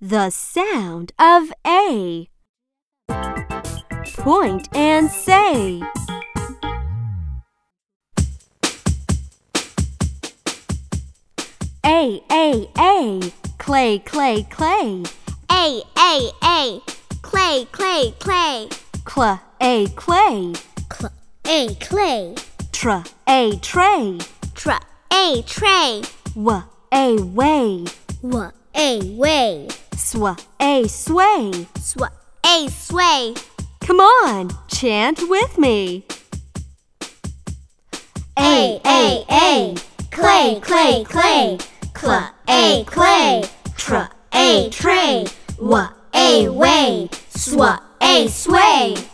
The sound of A. Point and say. A, A, A. Clay, clay, clay. A A A clay clay clay Cla, A, clay. cl A clay Tra, A, tray. tra A tray Wa, A, way. wa A way Swa, A, sway. swa A sway Come on, chant with me. Eh, A A A clay clay clay cl Eh, A clay eh, tra A tray wa A way swa A sway